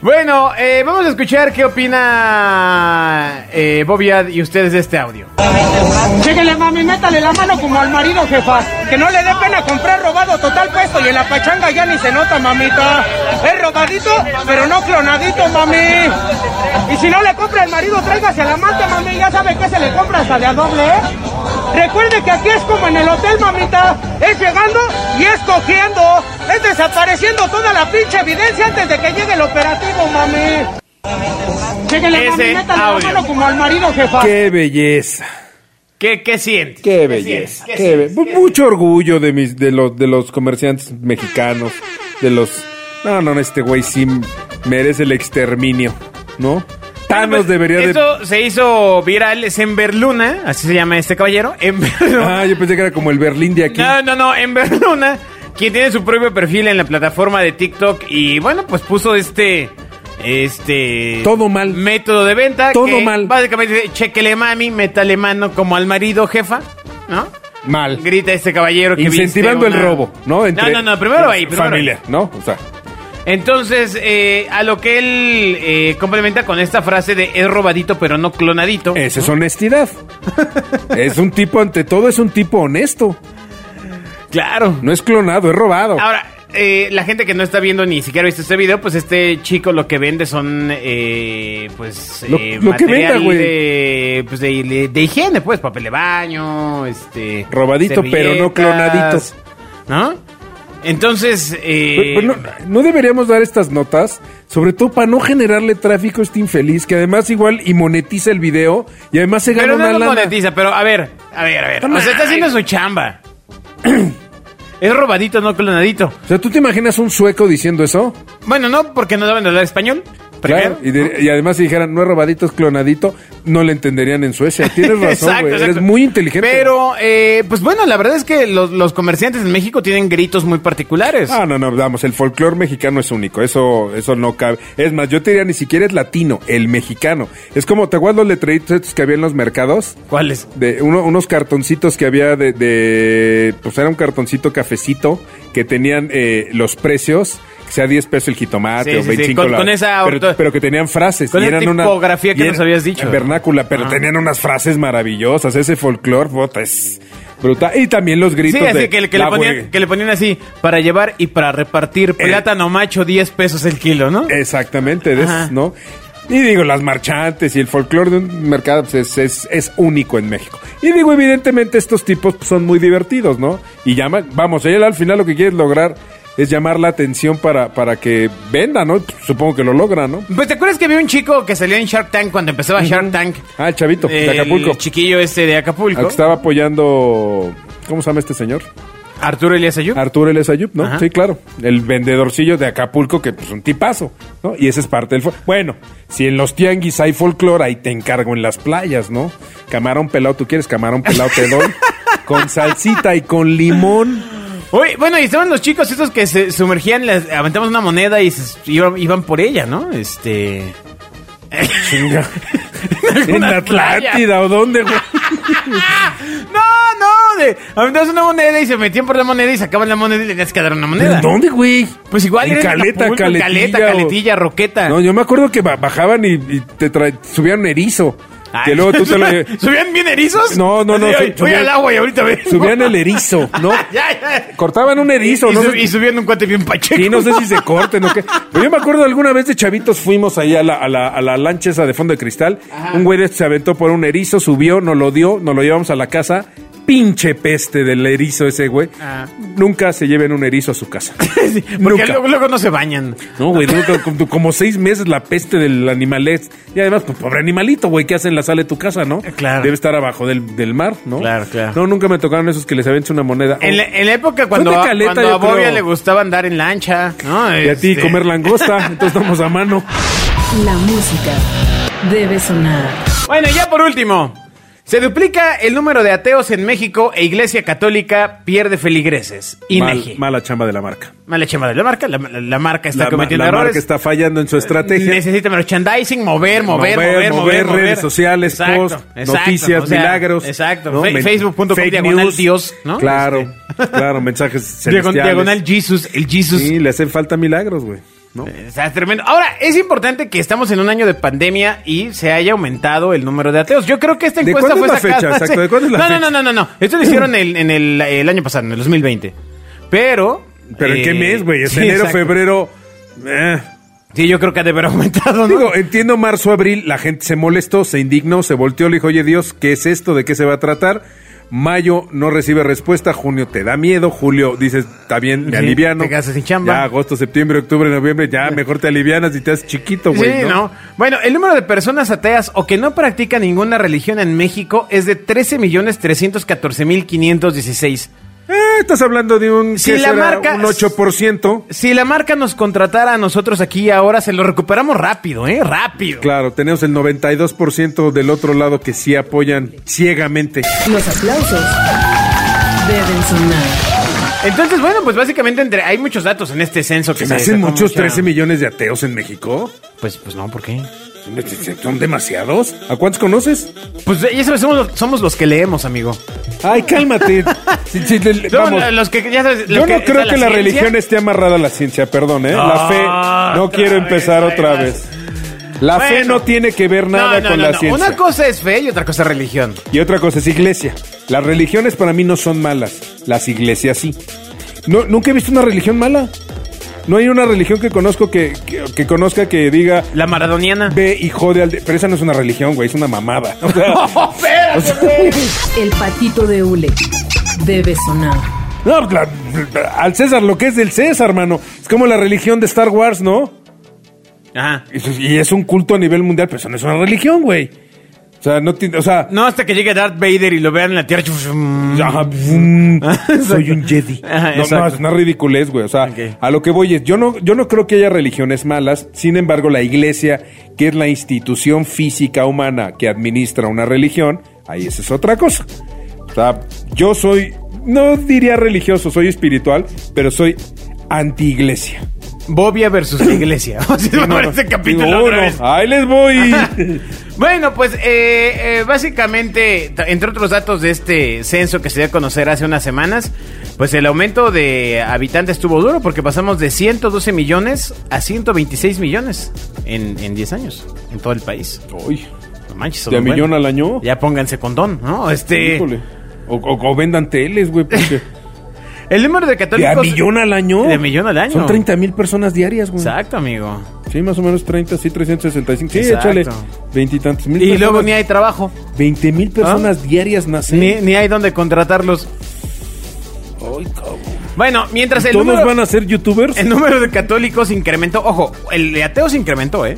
Speaker 2: Bueno, eh, vamos a escuchar qué opina eh, Bobby Ad y ustedes de este audio.
Speaker 5: Chéquele, mami, métale la mano como al marido, jefa. Que no le dé pena comprar robado total puesto y en la pachanga ya ni se nota, mamita. Es robadito, pero no clonadito, mami. Y si no le compra el marido, tráigase a la amante, mami. Ya sabe que se le compra hasta de a doble, ¿eh? Recuerde que aquí es como en el hotel, mamita. Es llegando y es cogiendo. Es desapareciendo toda la pinche evidencia antes de que llegue el operativo, mami. Chéquele,
Speaker 2: Ese
Speaker 5: mami, métale
Speaker 2: audio.
Speaker 5: la mano como al marido, jefa.
Speaker 3: Qué belleza.
Speaker 2: ¿Qué, qué siente?
Speaker 3: Qué belleza.
Speaker 2: sientes? ¿Qué
Speaker 3: qué be- Mucho orgullo de mis de los de los comerciantes mexicanos. de los... No, no, este güey sí merece el exterminio, ¿no? Thanos
Speaker 2: Pues,
Speaker 3: debería de...
Speaker 2: Esto se hizo viral, es Ember Luna, así se llama este caballero. Ember Luna.
Speaker 3: Ah, yo pensé que era como el Berlín de aquí.
Speaker 2: No, no, no, Ember Luna, quien tiene su propio perfil en la plataforma de TikTok y bueno, pues puso este... Este...
Speaker 3: Todo mal.
Speaker 2: Método de venta.
Speaker 3: Todo
Speaker 2: que
Speaker 3: mal.
Speaker 2: Básicamente dice, chequele mami, métale mano como al marido jefa, ¿no?
Speaker 3: Mal.
Speaker 2: Grita este caballero que viste
Speaker 3: Incentivando el
Speaker 2: una-
Speaker 3: robo, ¿no? Entre- eh,
Speaker 2: no, no, no, primero ahí, primero
Speaker 3: Familia, ¿no? O sea,
Speaker 2: Entonces, eh, a lo que él eh, complementa con esta frase de es robadito pero no clonadito.
Speaker 3: esa
Speaker 2: *laughs*
Speaker 3: es honestidad. es un tipo, ante todo, es un tipo honesto.
Speaker 2: Claro.
Speaker 3: No es clonado, es robado.
Speaker 2: Ahora, eh, la gente que no está viendo ni siquiera ha visto este video, pues este chico lo que vende son, eh, pues,
Speaker 3: Lo-
Speaker 2: eh,
Speaker 3: lo que
Speaker 2: material
Speaker 3: venda, güey.
Speaker 2: de, pues, de, de- de higiene, pues, papel de baño, este...
Speaker 3: Robadito, pero no
Speaker 2: servilletas, ¿No? Entonces, eh,
Speaker 3: Pero- pero no, no deberíamos dar estas notas, sobre todo para no generarle tráfico a este infeliz, que además igual y monetiza el video y además se gana
Speaker 2: Pero no
Speaker 3: una
Speaker 2: lo
Speaker 3: lana.
Speaker 2: monetiza, pero a ver, a ver, a ver.
Speaker 3: Toma.
Speaker 2: O sea, está haciendo su chamba. *clears throat* es robadito, no clonadito.
Speaker 3: O sea, ¿tú te imaginas un sueco diciendo eso?
Speaker 2: Bueno, no, porque no saben hablar español. Primero.
Speaker 3: Claro, y, de- y además si dijeran, no es robadito, es clonadito, no le entenderían
Speaker 2: *laughs*
Speaker 3: en Suecia. Tienes razón,
Speaker 2: Exacto,
Speaker 3: güey. Eres
Speaker 2: exacto.
Speaker 3: muy inteligente.
Speaker 2: Pero, eh, pues bueno, la verdad es que los, los comerciantes en México tienen gritos muy particulares.
Speaker 3: Ah, no, no, vamos, el folclore mexicano es único, eso eso no cabe. Es más, yo te diría, ni siquiera es latino, el mexicano. Es como, ¿te acuerdas los letreritos estos que había en los mercados?
Speaker 2: ¿Cuáles?
Speaker 3: de uno- unos cartoncitos que había de, de- pues era un cartoncito cafecito que tenían eh, los precios que sea 10 pesos el jitomate
Speaker 2: Sí, sí,
Speaker 3: o
Speaker 2: sí,
Speaker 3: 25
Speaker 2: con-
Speaker 3: la-
Speaker 2: con esa
Speaker 3: pero,
Speaker 2: auto-
Speaker 3: pero que tenían frases
Speaker 2: con
Speaker 3: y
Speaker 2: esa
Speaker 3: eran una
Speaker 2: tipografía que
Speaker 3: y
Speaker 2: nos habías dicho.
Speaker 3: en vernácula pero
Speaker 2: Ah.
Speaker 3: tenían unas frases maravillosas ese folclore puta, es brutal y también los gritos
Speaker 2: Sí, así
Speaker 3: de
Speaker 2: que, le- que
Speaker 3: "La Eh,
Speaker 2: le
Speaker 3: güey".
Speaker 2: ponían, que le ponían así, para llevar y para repartir plátano macho 10 pesos el kilo, ¿no?
Speaker 3: eh. Exactamente, de esos,
Speaker 2: Ajá.
Speaker 3: ¿no? Y digo, las marchantes y el folclore de un mercado pues, es, es- es único en México. Y digo, evidentemente estos tipos pues, son muy divertidos, ¿no? Y llaman, vamos, él al final lo que quiere lograr es llamar la atención para, para que venda, ¿no? Supongo que lo logra, ¿no?
Speaker 2: Pues te acuerdas que había un chico que salía en Shark Tank cuando empezaba Shark Tank.
Speaker 3: Ah, el chavito, de
Speaker 2: El
Speaker 3: Acapulco.
Speaker 2: chiquillo este de
Speaker 3: Al
Speaker 2: Acapulco.
Speaker 3: que estaba apoyando, ¿cómo se llama este señor?
Speaker 2: Arturo Elías Ayub.
Speaker 3: Arturo Elias Ayub, ¿no?
Speaker 2: Ajá.
Speaker 3: Sí, claro. El vendedorcillo de Acapulco, que pues un tipazo, ¿no? Y ese es parte del... fol- Bueno, si en los tianguis hay folclore, ahí te encargo en las playas, ¿no? Camarón pelado, ¿tú quieres camarón pelado? Te
Speaker 2: *laughs*
Speaker 3: doy. con salsita y con limón.
Speaker 2: Oye, bueno, y estaban los chicos estos que se sumergían, les aventamos una moneda y se- iban, iban por ella, ¿no? Este.
Speaker 3: Chinga. en
Speaker 2: alguna
Speaker 3: la Atlántida, ¿o dónde, güey?
Speaker 2: No, no, de, aventamos una moneda y se metían por la moneda y sacaban la moneda y le tenías que dar una moneda.
Speaker 3: ¿En dónde, güey?
Speaker 2: Pues igual
Speaker 3: En
Speaker 2: era
Speaker 3: caleta,
Speaker 2: Acapulco, en
Speaker 3: caletilla.
Speaker 2: caleta,
Speaker 3: o-
Speaker 2: caletilla, roqueta.
Speaker 3: No, yo me acuerdo que ba- bajaban y, y te tra- subían un erizo.
Speaker 2: Ay,
Speaker 3: que
Speaker 2: *laughs*
Speaker 3: luego tú te lo...
Speaker 2: ¿Subían bien erizos?
Speaker 3: No, no, no,
Speaker 2: Así,
Speaker 3: su-
Speaker 2: "Oye, Voy
Speaker 3: subían-
Speaker 2: al agua y ahorita ven.
Speaker 3: Subían el erizo, ¿no?
Speaker 2: *laughs* ya, ya.
Speaker 3: Cortaban un erizo,
Speaker 2: y,
Speaker 3: no
Speaker 2: su-
Speaker 3: sé-
Speaker 2: y subían un cuate bien *laughs* pacheco.
Speaker 3: Sí, no sé si se corten o qué. Pero yo me acuerdo alguna vez de chavitos fuimos ahí a la, a la, a la lancha esa de fondo de cristal. Un güey de estos se aventó por un erizo, subió, nos lo dio, nos lo llevamos a la casa. Pinche peste del erizo ese güey.
Speaker 2: Ah.
Speaker 3: Nunca se lleven un erizo a
Speaker 2: *laughs*
Speaker 3: su casa.
Speaker 2: Sí, porque
Speaker 3: Nunca.
Speaker 2: luego, luego no se bañan.
Speaker 3: No, güey, nunca, como, como seis meses la peste del animalés. Y además, pues, pobre animalito, güey, ¿qué hace en la sala de tu casa, no?
Speaker 2: Eh, Claro.
Speaker 3: Debe estar abajo del, del mar, ¿no?
Speaker 2: Claro, claro.
Speaker 3: No, nunca me tocaron esos que les avientes una moneda.
Speaker 2: En la, en la época cuando,
Speaker 3: Son de caleta,
Speaker 2: cuando
Speaker 3: yo
Speaker 2: a Bobia
Speaker 3: creo.
Speaker 2: le gustaba andar en lancha, ¿no?
Speaker 3: Oh, y a ti
Speaker 2: Este-
Speaker 3: comer langosta, entonces estamos a mano.
Speaker 1: La música debe sonar.
Speaker 2: Bueno, y ya por último. Se duplica el número de ateos en México e Iglesia Católica pierde feligreses. E *laughs*
Speaker 3: Mal-
Speaker 2: INEGI. Mal,
Speaker 3: mala chamba de la marca.
Speaker 2: Mala chamba de la marca. La, la- la marca está
Speaker 3: la, ma-
Speaker 2: cometiendo
Speaker 3: la
Speaker 2: errores.
Speaker 3: marca está fallando en su estrategia.
Speaker 2: Necesita merchandising, mover, mover, mover, mover, mover,
Speaker 3: redes sociales,
Speaker 2: Exacto,
Speaker 3: post,
Speaker 2: exacto,
Speaker 3: noticias,
Speaker 2: o sea,
Speaker 3: milagros.
Speaker 2: Exacto.
Speaker 3: ¿no?
Speaker 2: Fe-
Speaker 3: Men-
Speaker 2: Facebook.com
Speaker 3: fake
Speaker 2: diagonal
Speaker 3: news.
Speaker 2: Dios, ¿no?
Speaker 3: Claro,
Speaker 2: Este.
Speaker 3: *laughs* claro, mensajes
Speaker 2: *laughs* Diagon-
Speaker 3: celestiales.
Speaker 2: Diagonal Jesus, el Jesus.
Speaker 3: Sí, le hacen falta milagros, güey. ¿no?
Speaker 2: O sea, es tremendo. Ahora, es importante que estamos en un año de pandemia y se haya aumentado el número de ateos. Yo creo que esta
Speaker 3: ¿De
Speaker 2: encuesta
Speaker 3: cuándo
Speaker 2: fue
Speaker 3: es la
Speaker 2: sacada. *laughs*
Speaker 3: fecha? Exacto,
Speaker 2: hace-
Speaker 3: ¿de cuándo es la
Speaker 2: no,
Speaker 3: fecha?
Speaker 2: no, no, no, no. Esto lo hicieron el- en el, el año pasado, en el 2020. Pero.
Speaker 3: Pero ¿en qué
Speaker 2: eh,
Speaker 3: mes, güey? Es
Speaker 2: sí,
Speaker 3: enero,
Speaker 2: exacto.
Speaker 3: febrero. eh.
Speaker 2: Sí, yo creo que ha de haber aumentado, ¿no?
Speaker 3: Digo, entiendo marzo, abril, la gente se molestó, se indignó, se volteó, le dijo, oye Dios, ¿qué es esto? ¿De qué se va a tratar? Mayo no recibe respuesta, junio te da miedo, julio dices, está bien, me
Speaker 2: Sí,
Speaker 3: aliviano.
Speaker 2: te quedas sin chamba.
Speaker 3: Ya, agosto, septiembre, octubre, noviembre, ya mejor te alivianas y te haces chiquito, güey.
Speaker 2: Sí, ¿no? Bueno, el número de personas ateas o que no practican ninguna religión en México es de 13.314.516.
Speaker 3: Eh, Estás hablando de un,
Speaker 2: Si
Speaker 3: ¿qué
Speaker 2: la
Speaker 3: será?
Speaker 2: marca-
Speaker 3: un 8%.
Speaker 2: Si la marca nos contratara a nosotros aquí ahora, se lo recuperamos rápido, ¿eh? Rápido.
Speaker 3: Claro, tenemos el 92% del otro lado que sí apoyan ciegamente.
Speaker 1: Los aplausos deben
Speaker 3: *laughs*
Speaker 1: sonar.
Speaker 2: Entonces, bueno, pues básicamente entre, hay muchos datos en este censo que
Speaker 3: ¿Se me
Speaker 2: se
Speaker 3: hacen
Speaker 2: sacó
Speaker 3: muchos
Speaker 2: mucha-
Speaker 3: 13 millones de ateos en México?
Speaker 2: Pues, pues no, ¿por qué?
Speaker 3: ¿Son demasiados? ¿A cuántos conoces?
Speaker 2: Pues eh, ya sabes, somos, los- somos los que leemos, amigo.
Speaker 3: Ay, cálmate. Sí, sí, le- le-
Speaker 2: Somos
Speaker 3: Eh, vamos.
Speaker 2: los que, ya sabes,
Speaker 3: Yo
Speaker 2: los
Speaker 3: no creo
Speaker 2: está
Speaker 3: que la
Speaker 2: ciencia.
Speaker 3: religión esté amarrada a la ciencia, perdón, ¿eh? La
Speaker 2: Ah,
Speaker 3: fe. No
Speaker 2: otra
Speaker 3: quiero
Speaker 2: vez,
Speaker 3: empezar
Speaker 2: ahí
Speaker 3: otra
Speaker 2: vas.
Speaker 3: vez. La fe
Speaker 2: Bueno.
Speaker 3: no tiene que ver nada
Speaker 2: No, no,
Speaker 3: con
Speaker 2: no,
Speaker 3: la
Speaker 2: no.
Speaker 3: ciencia.
Speaker 2: Una cosa es fe y otra cosa es religión.
Speaker 3: Y otra cosa es iglesia. Las religiones para mí no son malas. Las iglesias sí. No, nunca he visto una religión mala. No hay una religión que conozco que, que, que conozca que diga
Speaker 2: La maradoniana.
Speaker 3: ve y jode al. de-". Pero esa no es una religión, güey, es una mamada. *laughs* O sea, o sea,
Speaker 1: El patito de hule debe sonar.
Speaker 3: no, la- la- al César lo que es del César, hermano. Es como la religión de Star Wars, ¿no?
Speaker 2: Ajá.
Speaker 3: Y y es un culto a nivel mundial, pero eso no es una religión, güey. O sea, no tiene, o sea,
Speaker 2: No, hasta que llegue Darth Vader y lo vean en la tierra. *laughs*
Speaker 3: Ajá, mm,
Speaker 2: Exacto.
Speaker 3: soy un Jedi.
Speaker 2: Ajá,
Speaker 3: no,
Speaker 2: exacto.
Speaker 3: no, es una ridiculez, güey. O sea,
Speaker 2: Ok.
Speaker 3: a lo que voy es, yo no, yo no creo que haya religiones malas. Sin embargo, la iglesia, que es la institución física humana que administra una religión, ahí esa es otra cosa. O sea, yo soy, no diría religioso, soy espiritual, pero soy anti-iglesia.
Speaker 2: Bobia versus la iglesia. *laughs* O sea, va a haber ese capítulo
Speaker 3: Digo,
Speaker 2: otra
Speaker 3: no,
Speaker 2: vez.
Speaker 3: Ahí les *laughs* voy.
Speaker 2: *laughs* Bueno, pues eh, eh, básicamente, t- entre otros datos de este censo que se dio a conocer hace unas semanas, pues el aumento de habitantes estuvo duro porque pasamos de 112 millones a 126 millones en, en 10 años en todo el país.
Speaker 3: Uy,
Speaker 2: No manches,
Speaker 3: ¿De a
Speaker 2: don
Speaker 3: millón
Speaker 2: Bueno.
Speaker 3: al año?
Speaker 2: Ya pónganse condón, ¿no? Este,
Speaker 3: híjole. O, o- o vendan teles, güey, porque...
Speaker 2: *laughs* el número de
Speaker 3: ¿De
Speaker 2: católicos...
Speaker 3: a millón al año?
Speaker 2: De millón al año.
Speaker 3: Son 30 mil personas diarias, güey.
Speaker 2: Exacto, amigo.
Speaker 3: Sí, más o menos 30, sí, 365. Sí,
Speaker 2: Exacto.
Speaker 3: échale veintitantos mil.
Speaker 2: Y
Speaker 3: personas.
Speaker 2: luego ni hay trabajo,
Speaker 3: 20 mil personas diarias nacen.
Speaker 2: ni, ni hay donde contratarlos. Bueno, mientras el
Speaker 3: ¿Todos
Speaker 2: número...
Speaker 3: van a ser youtubers?
Speaker 2: El número de católicos incrementó. Ojo, el de ateos incrementó, ¿eh?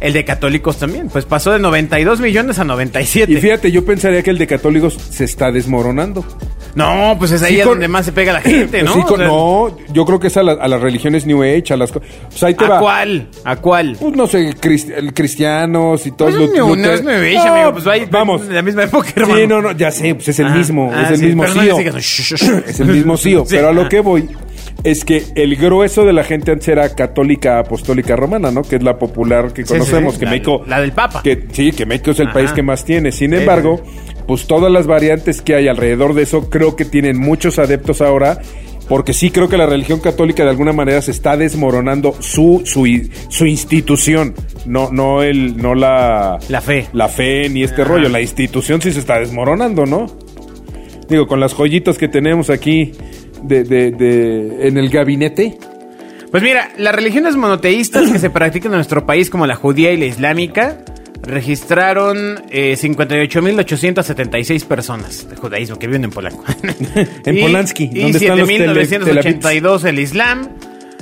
Speaker 2: El de católicos también. Pues pasó de 92 millones a 97.
Speaker 3: Y fíjate, yo pensaría que el de católicos se está desmoronando.
Speaker 2: no, pues es ahí
Speaker 3: Sí,
Speaker 2: a
Speaker 3: con-
Speaker 2: donde más se pega la
Speaker 3: *clears throat*
Speaker 2: gente,
Speaker 3: Pues
Speaker 2: ¿no?
Speaker 3: sí,
Speaker 2: O
Speaker 3: con-
Speaker 2: sea,
Speaker 3: no, yo creo que es a, la- a las religiones New Age, a las... co- Pues ahí te
Speaker 2: ¿A
Speaker 3: va.
Speaker 2: cuál? ¿A cuál?
Speaker 3: Pues no sé, crist- el cristianos y todos
Speaker 2: Pues
Speaker 3: los...
Speaker 2: no, no es nueve, amigo. Pues ahí
Speaker 3: *laughs* Vamos.
Speaker 2: de la misma época, hermano.
Speaker 3: Sí, no, no, ya sé, pues es el
Speaker 2: Ajá.
Speaker 3: mismo,
Speaker 2: Ah,
Speaker 3: es el
Speaker 2: sí,
Speaker 3: mismo
Speaker 2: pero no
Speaker 3: CEO.
Speaker 2: le
Speaker 3: *laughs*
Speaker 2: digas, "Shh, shh, shh".
Speaker 3: *clears throat* es el mismo CEO,
Speaker 2: *laughs* Sí.
Speaker 3: pero a lo que voy es que el grueso de la gente antes era católica apostólica romana, ¿no? Que es la popular que
Speaker 2: Sí, sí,
Speaker 3: conocemos,
Speaker 2: sí.
Speaker 3: que
Speaker 2: La-
Speaker 3: México...
Speaker 2: la del Papa.
Speaker 3: Que, sí, que México es el
Speaker 2: Ajá.
Speaker 3: país que más tiene. Sin embargo, pues todas las variantes que hay alrededor de eso creo que tienen muchos adeptos ahora. Porque sí creo que la religión católica de alguna manera se está desmoronando su, su, i- su institución, no, no el, no la,
Speaker 2: La fe.
Speaker 3: la fe ni este rollo. La institución sí se está desmoronando, ¿no? Digo, con las joyitas que tenemos aquí de, de- de- en el gabinete.
Speaker 2: Pues mira, las religiones monoteístas que se practican en nuestro país, como la judía y la islámica, registraron eh, 58.876 personas de judaísmo que viven en Polanco.
Speaker 3: *laughs* En
Speaker 2: Y-
Speaker 3: Polanski,
Speaker 2: Y
Speaker 3: donde están los tele-
Speaker 2: 7.982 el Islam.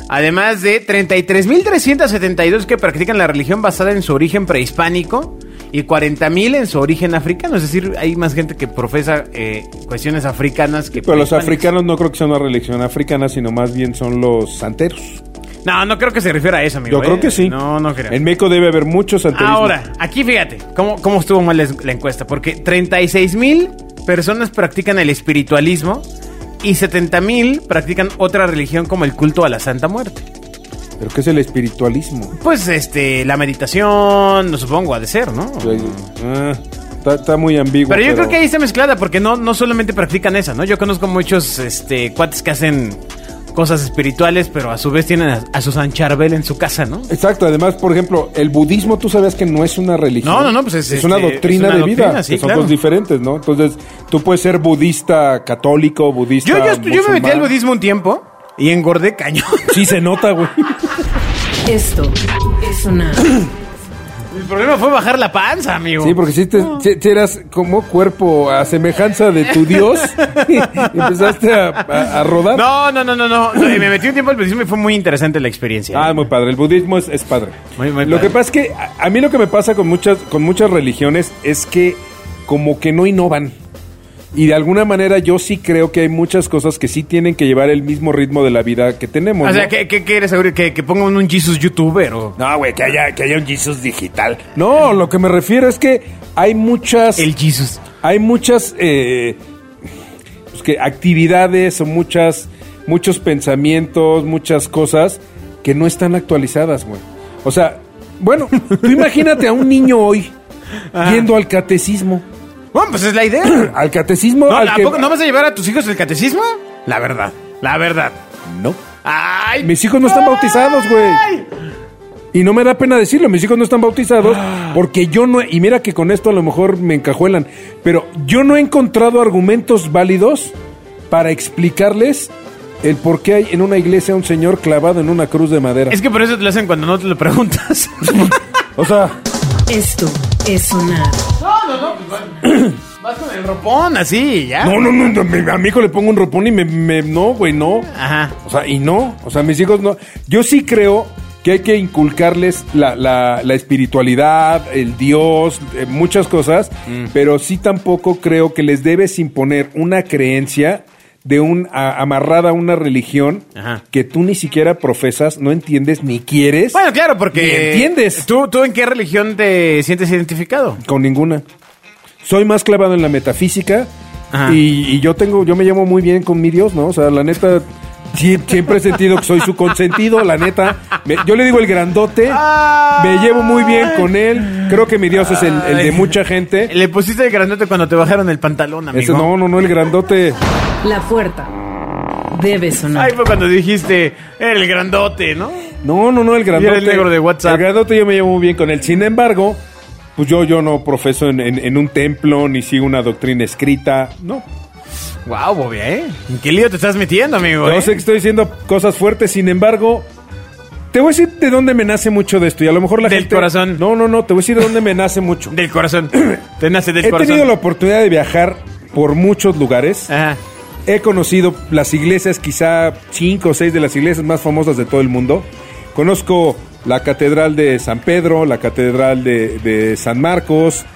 Speaker 2: Además de 33.372 que practican la religión basada en su origen prehispánico y 40.000 en su origen africano. Es decir, hay más gente que profesa eh, cuestiones africanas que...
Speaker 3: Pero los
Speaker 2: prehispánicas.
Speaker 3: africanos no creo que sea una religión africana, sino más bien son los santeros.
Speaker 2: No, no creo que se refiera a eso, amigo.
Speaker 3: Yo creo
Speaker 2: eh.
Speaker 3: que sí.
Speaker 2: No, no creo.
Speaker 3: En México debe haber muchos santerismo.
Speaker 2: Ahora, aquí fíjate cómo, cómo estuvo mal es- la encuesta, porque 36 mil personas practican el espiritualismo y 70 mil practican otra religión como el culto a la Santa Muerte.
Speaker 3: ¿Pero qué es el espiritualismo?
Speaker 2: Pues este, la meditación, no supongo, ha de ser, ¿no?
Speaker 3: Ah, está, está muy ambiguo.
Speaker 2: Pero yo creo que ahí está mezclada, porque no, no solamente practican esa, ¿no? Yo conozco muchos este, cuates que hacen cosas espirituales, pero a su vez tienen a, a su San Charbel en su casa, ¿no?
Speaker 3: Exacto, además, por ejemplo, el budismo tú sabías que no es una religión.
Speaker 2: No, no, no, pues es, este,
Speaker 3: una
Speaker 2: es
Speaker 3: doctrina
Speaker 2: una
Speaker 3: de
Speaker 2: doctrina,
Speaker 3: vida.
Speaker 2: sí,
Speaker 3: que son
Speaker 2: claro.
Speaker 3: cosas diferentes, ¿no? Entonces, tú puedes ser budista católico, budista.
Speaker 2: Yo, yo, yo me metí
Speaker 3: musulmán.
Speaker 2: al budismo un tiempo y engordé cañón. *laughs*
Speaker 3: Sí, se nota, güey.
Speaker 1: Esto es sonar.
Speaker 2: El problema fue bajar la panza, amigo.
Speaker 3: Sí, porque si, te, si- si eras como cuerpo a semejanza de tu Dios, *laughs* empezaste a, a- a rodar.
Speaker 2: No, no, no, no, no. No, y Me metí un tiempo al budismo y fue muy interesante la experiencia.
Speaker 3: Ah, muy padre. El budismo es, es padre.
Speaker 2: Muy, muy
Speaker 3: lo
Speaker 2: padre.
Speaker 3: que pasa es que a, a mí lo que me pasa con muchas, con muchas religiones es que como que no innovan. Y de alguna manera yo sí creo que hay muchas cosas que sí tienen que llevar el mismo ritmo de la vida que tenemos.
Speaker 2: O sea,
Speaker 3: ¿no?
Speaker 2: ¿qué, qué quieres abrir? ¿Que, que pongan un Jesus youtuber o
Speaker 3: Ah.
Speaker 6: No, güey, que haya, que haya un Jesus digital.
Speaker 3: No, lo que me refiero es que hay muchas...
Speaker 2: el Jesus.
Speaker 3: hay muchas eh, pues, que actividades o muchas muchos pensamientos, muchas cosas que no están actualizadas, güey. O sea, bueno, tú imagínate a un
Speaker 2: *laughs*
Speaker 3: niño hoy yendo al catecismo.
Speaker 2: Bueno, pues es la
Speaker 3: *coughs*
Speaker 2: idea.
Speaker 3: Al catecismo
Speaker 2: No,
Speaker 3: al
Speaker 2: ¿a
Speaker 3: que-
Speaker 2: poco no vas a llevar a tus hijos el catecismo? La verdad, la verdad.
Speaker 3: No.
Speaker 2: Ay,
Speaker 3: Mis hijos no están bautizados, güey. Y no me da pena decirlo, mis hijos no están bautizados porque yo no, y mira que con esto a lo mejor me encajuelan, pero yo no he encontrado argumentos válidos para explicarles el por qué hay en una iglesia un señor clavado en una cruz de madera.
Speaker 2: es que por eso te lo hacen cuando no te lo preguntas.
Speaker 3: *laughs* O sea,
Speaker 1: Esto es sonar.
Speaker 2: Vas con el ropón así, ya.
Speaker 3: no, no, no, no, me- a mi hijo le pongo un ropón y me, me- no, güey, no.
Speaker 2: Ajá.
Speaker 3: O sea, y no, o sea, mis hijos no. Yo sí creo que hay que inculcarles la, la- la espiritualidad, el Dios, eh, muchas cosas,
Speaker 2: Mm.
Speaker 3: pero sí tampoco creo que les debes imponer una creencia de un a- amarrada a una religión
Speaker 2: Ajá.
Speaker 3: que tú ni siquiera profesas, no entiendes ni quieres.
Speaker 2: Bueno, claro, porque.
Speaker 3: Ni entiendes.
Speaker 2: ¿Tú, ¿Tú en qué religión te sientes identificado?
Speaker 3: Con ninguna. Soy más clavado en la metafísica
Speaker 2: Ajá.
Speaker 3: y, y yo tengo, yo me llevo muy bien con mi Dios, ¿no? O sea, la neta, sie- siempre he sentido que soy su consentido, la neta. Me- yo le digo el grandote, me llevo muy bien con él. Creo que mi Dios es el, el de mucha gente.
Speaker 2: Le pusiste el grandote cuando te bajaron el pantalón, amigo.
Speaker 3: Ese- ¿Eh? no, no, no, el grandote.
Speaker 1: La puerta debe sonar.
Speaker 2: Ay, fue cuando dijiste el grandote, ¿no?
Speaker 3: No, no, no, el grandote.
Speaker 2: Y era el negro de WhatsApp.
Speaker 3: El grandote yo me llevo muy bien con él. Sin embargo, pues yo, yo no profeso en, en- en un templo, ni sigo una doctrina escrita. No.
Speaker 2: Wow, Bobia, ¿eh? ¿En qué lío te estás metiendo, amigo?
Speaker 3: Yo
Speaker 2: eh?
Speaker 3: sé que estoy diciendo cosas fuertes, sin embargo, te voy a decir de dónde me nace mucho de esto. Y a lo mejor la
Speaker 2: Del
Speaker 3: gente.
Speaker 2: corazón.
Speaker 3: No, no, no, te voy a decir de dónde me nace mucho.
Speaker 2: *laughs* Del *coughs* corazón. te nace del
Speaker 3: He
Speaker 2: corazón. Ah.
Speaker 3: tenido la oportunidad de viajar por muchos lugares.
Speaker 2: Ajá.
Speaker 3: He conocido las iglesias, quizá cinco o seis de las iglesias más famosas de todo el mundo. Conozco la Catedral de San Pedro, la Catedral de, de San Marcos,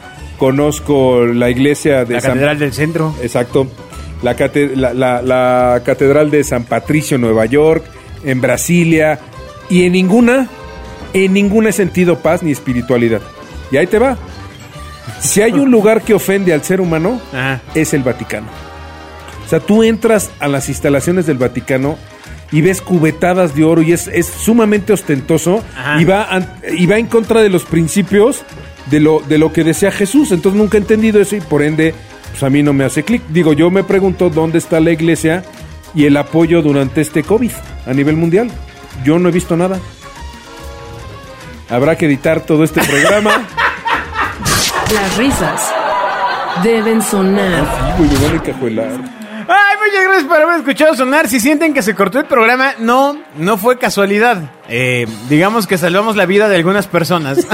Speaker 3: conozco la iglesia de
Speaker 2: La
Speaker 3: San
Speaker 2: catedral del centro.
Speaker 3: Exacto. La, cate- la- la- la Catedral de San Patricio, en Nueva York, en Brasilia, y en ninguna, en ninguna he sentido paz ni espiritualidad. Y ahí te va. Si hay un lugar que ofende al ser humano,
Speaker 2: Ajá.
Speaker 3: es el Vaticano. O sea, tú entras a las instalaciones del Vaticano y ves cubetadas de oro y es, es sumamente ostentoso
Speaker 2: Ajá.
Speaker 3: y va, an- y va en contra de los principios de lo, de lo que desea Jesús. Entonces nunca he entendido eso y por ende, pues a mí no me hace clic. Digo, yo me pregunto dónde está la iglesia y el apoyo durante este COVID a nivel mundial. Yo no he visto nada. Habrá que editar todo este programa.
Speaker 1: Las risas deben sonar.
Speaker 3: *laughs* Sí, güey, me van a encajuelar.
Speaker 2: Ay, muchas gracias por haber escuchado sonar. Si sienten que se cortó el programa, no, no fue casualidad. Eh, digamos que salvamos la vida de algunas personas.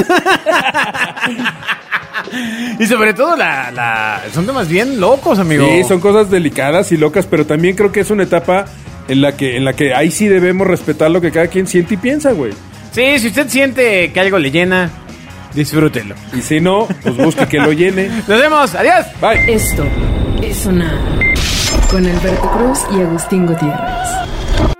Speaker 2: *laughs* y sobre todo la, la- son temas bien locos, amigo.
Speaker 3: Sí, son cosas delicadas y locas, pero también creo que es una etapa en la que, en la que ahí sí debemos respetar lo que cada quien siente y piensa, güey.
Speaker 2: Sí, si usted siente que algo le llena, disfrútelo.
Speaker 3: Y si no, pues busque que lo llene.
Speaker 2: Nos vemos, adiós.
Speaker 3: Bye.
Speaker 1: Esto es sonar. Con Alberto Cruz y Agustín Gutiérrez.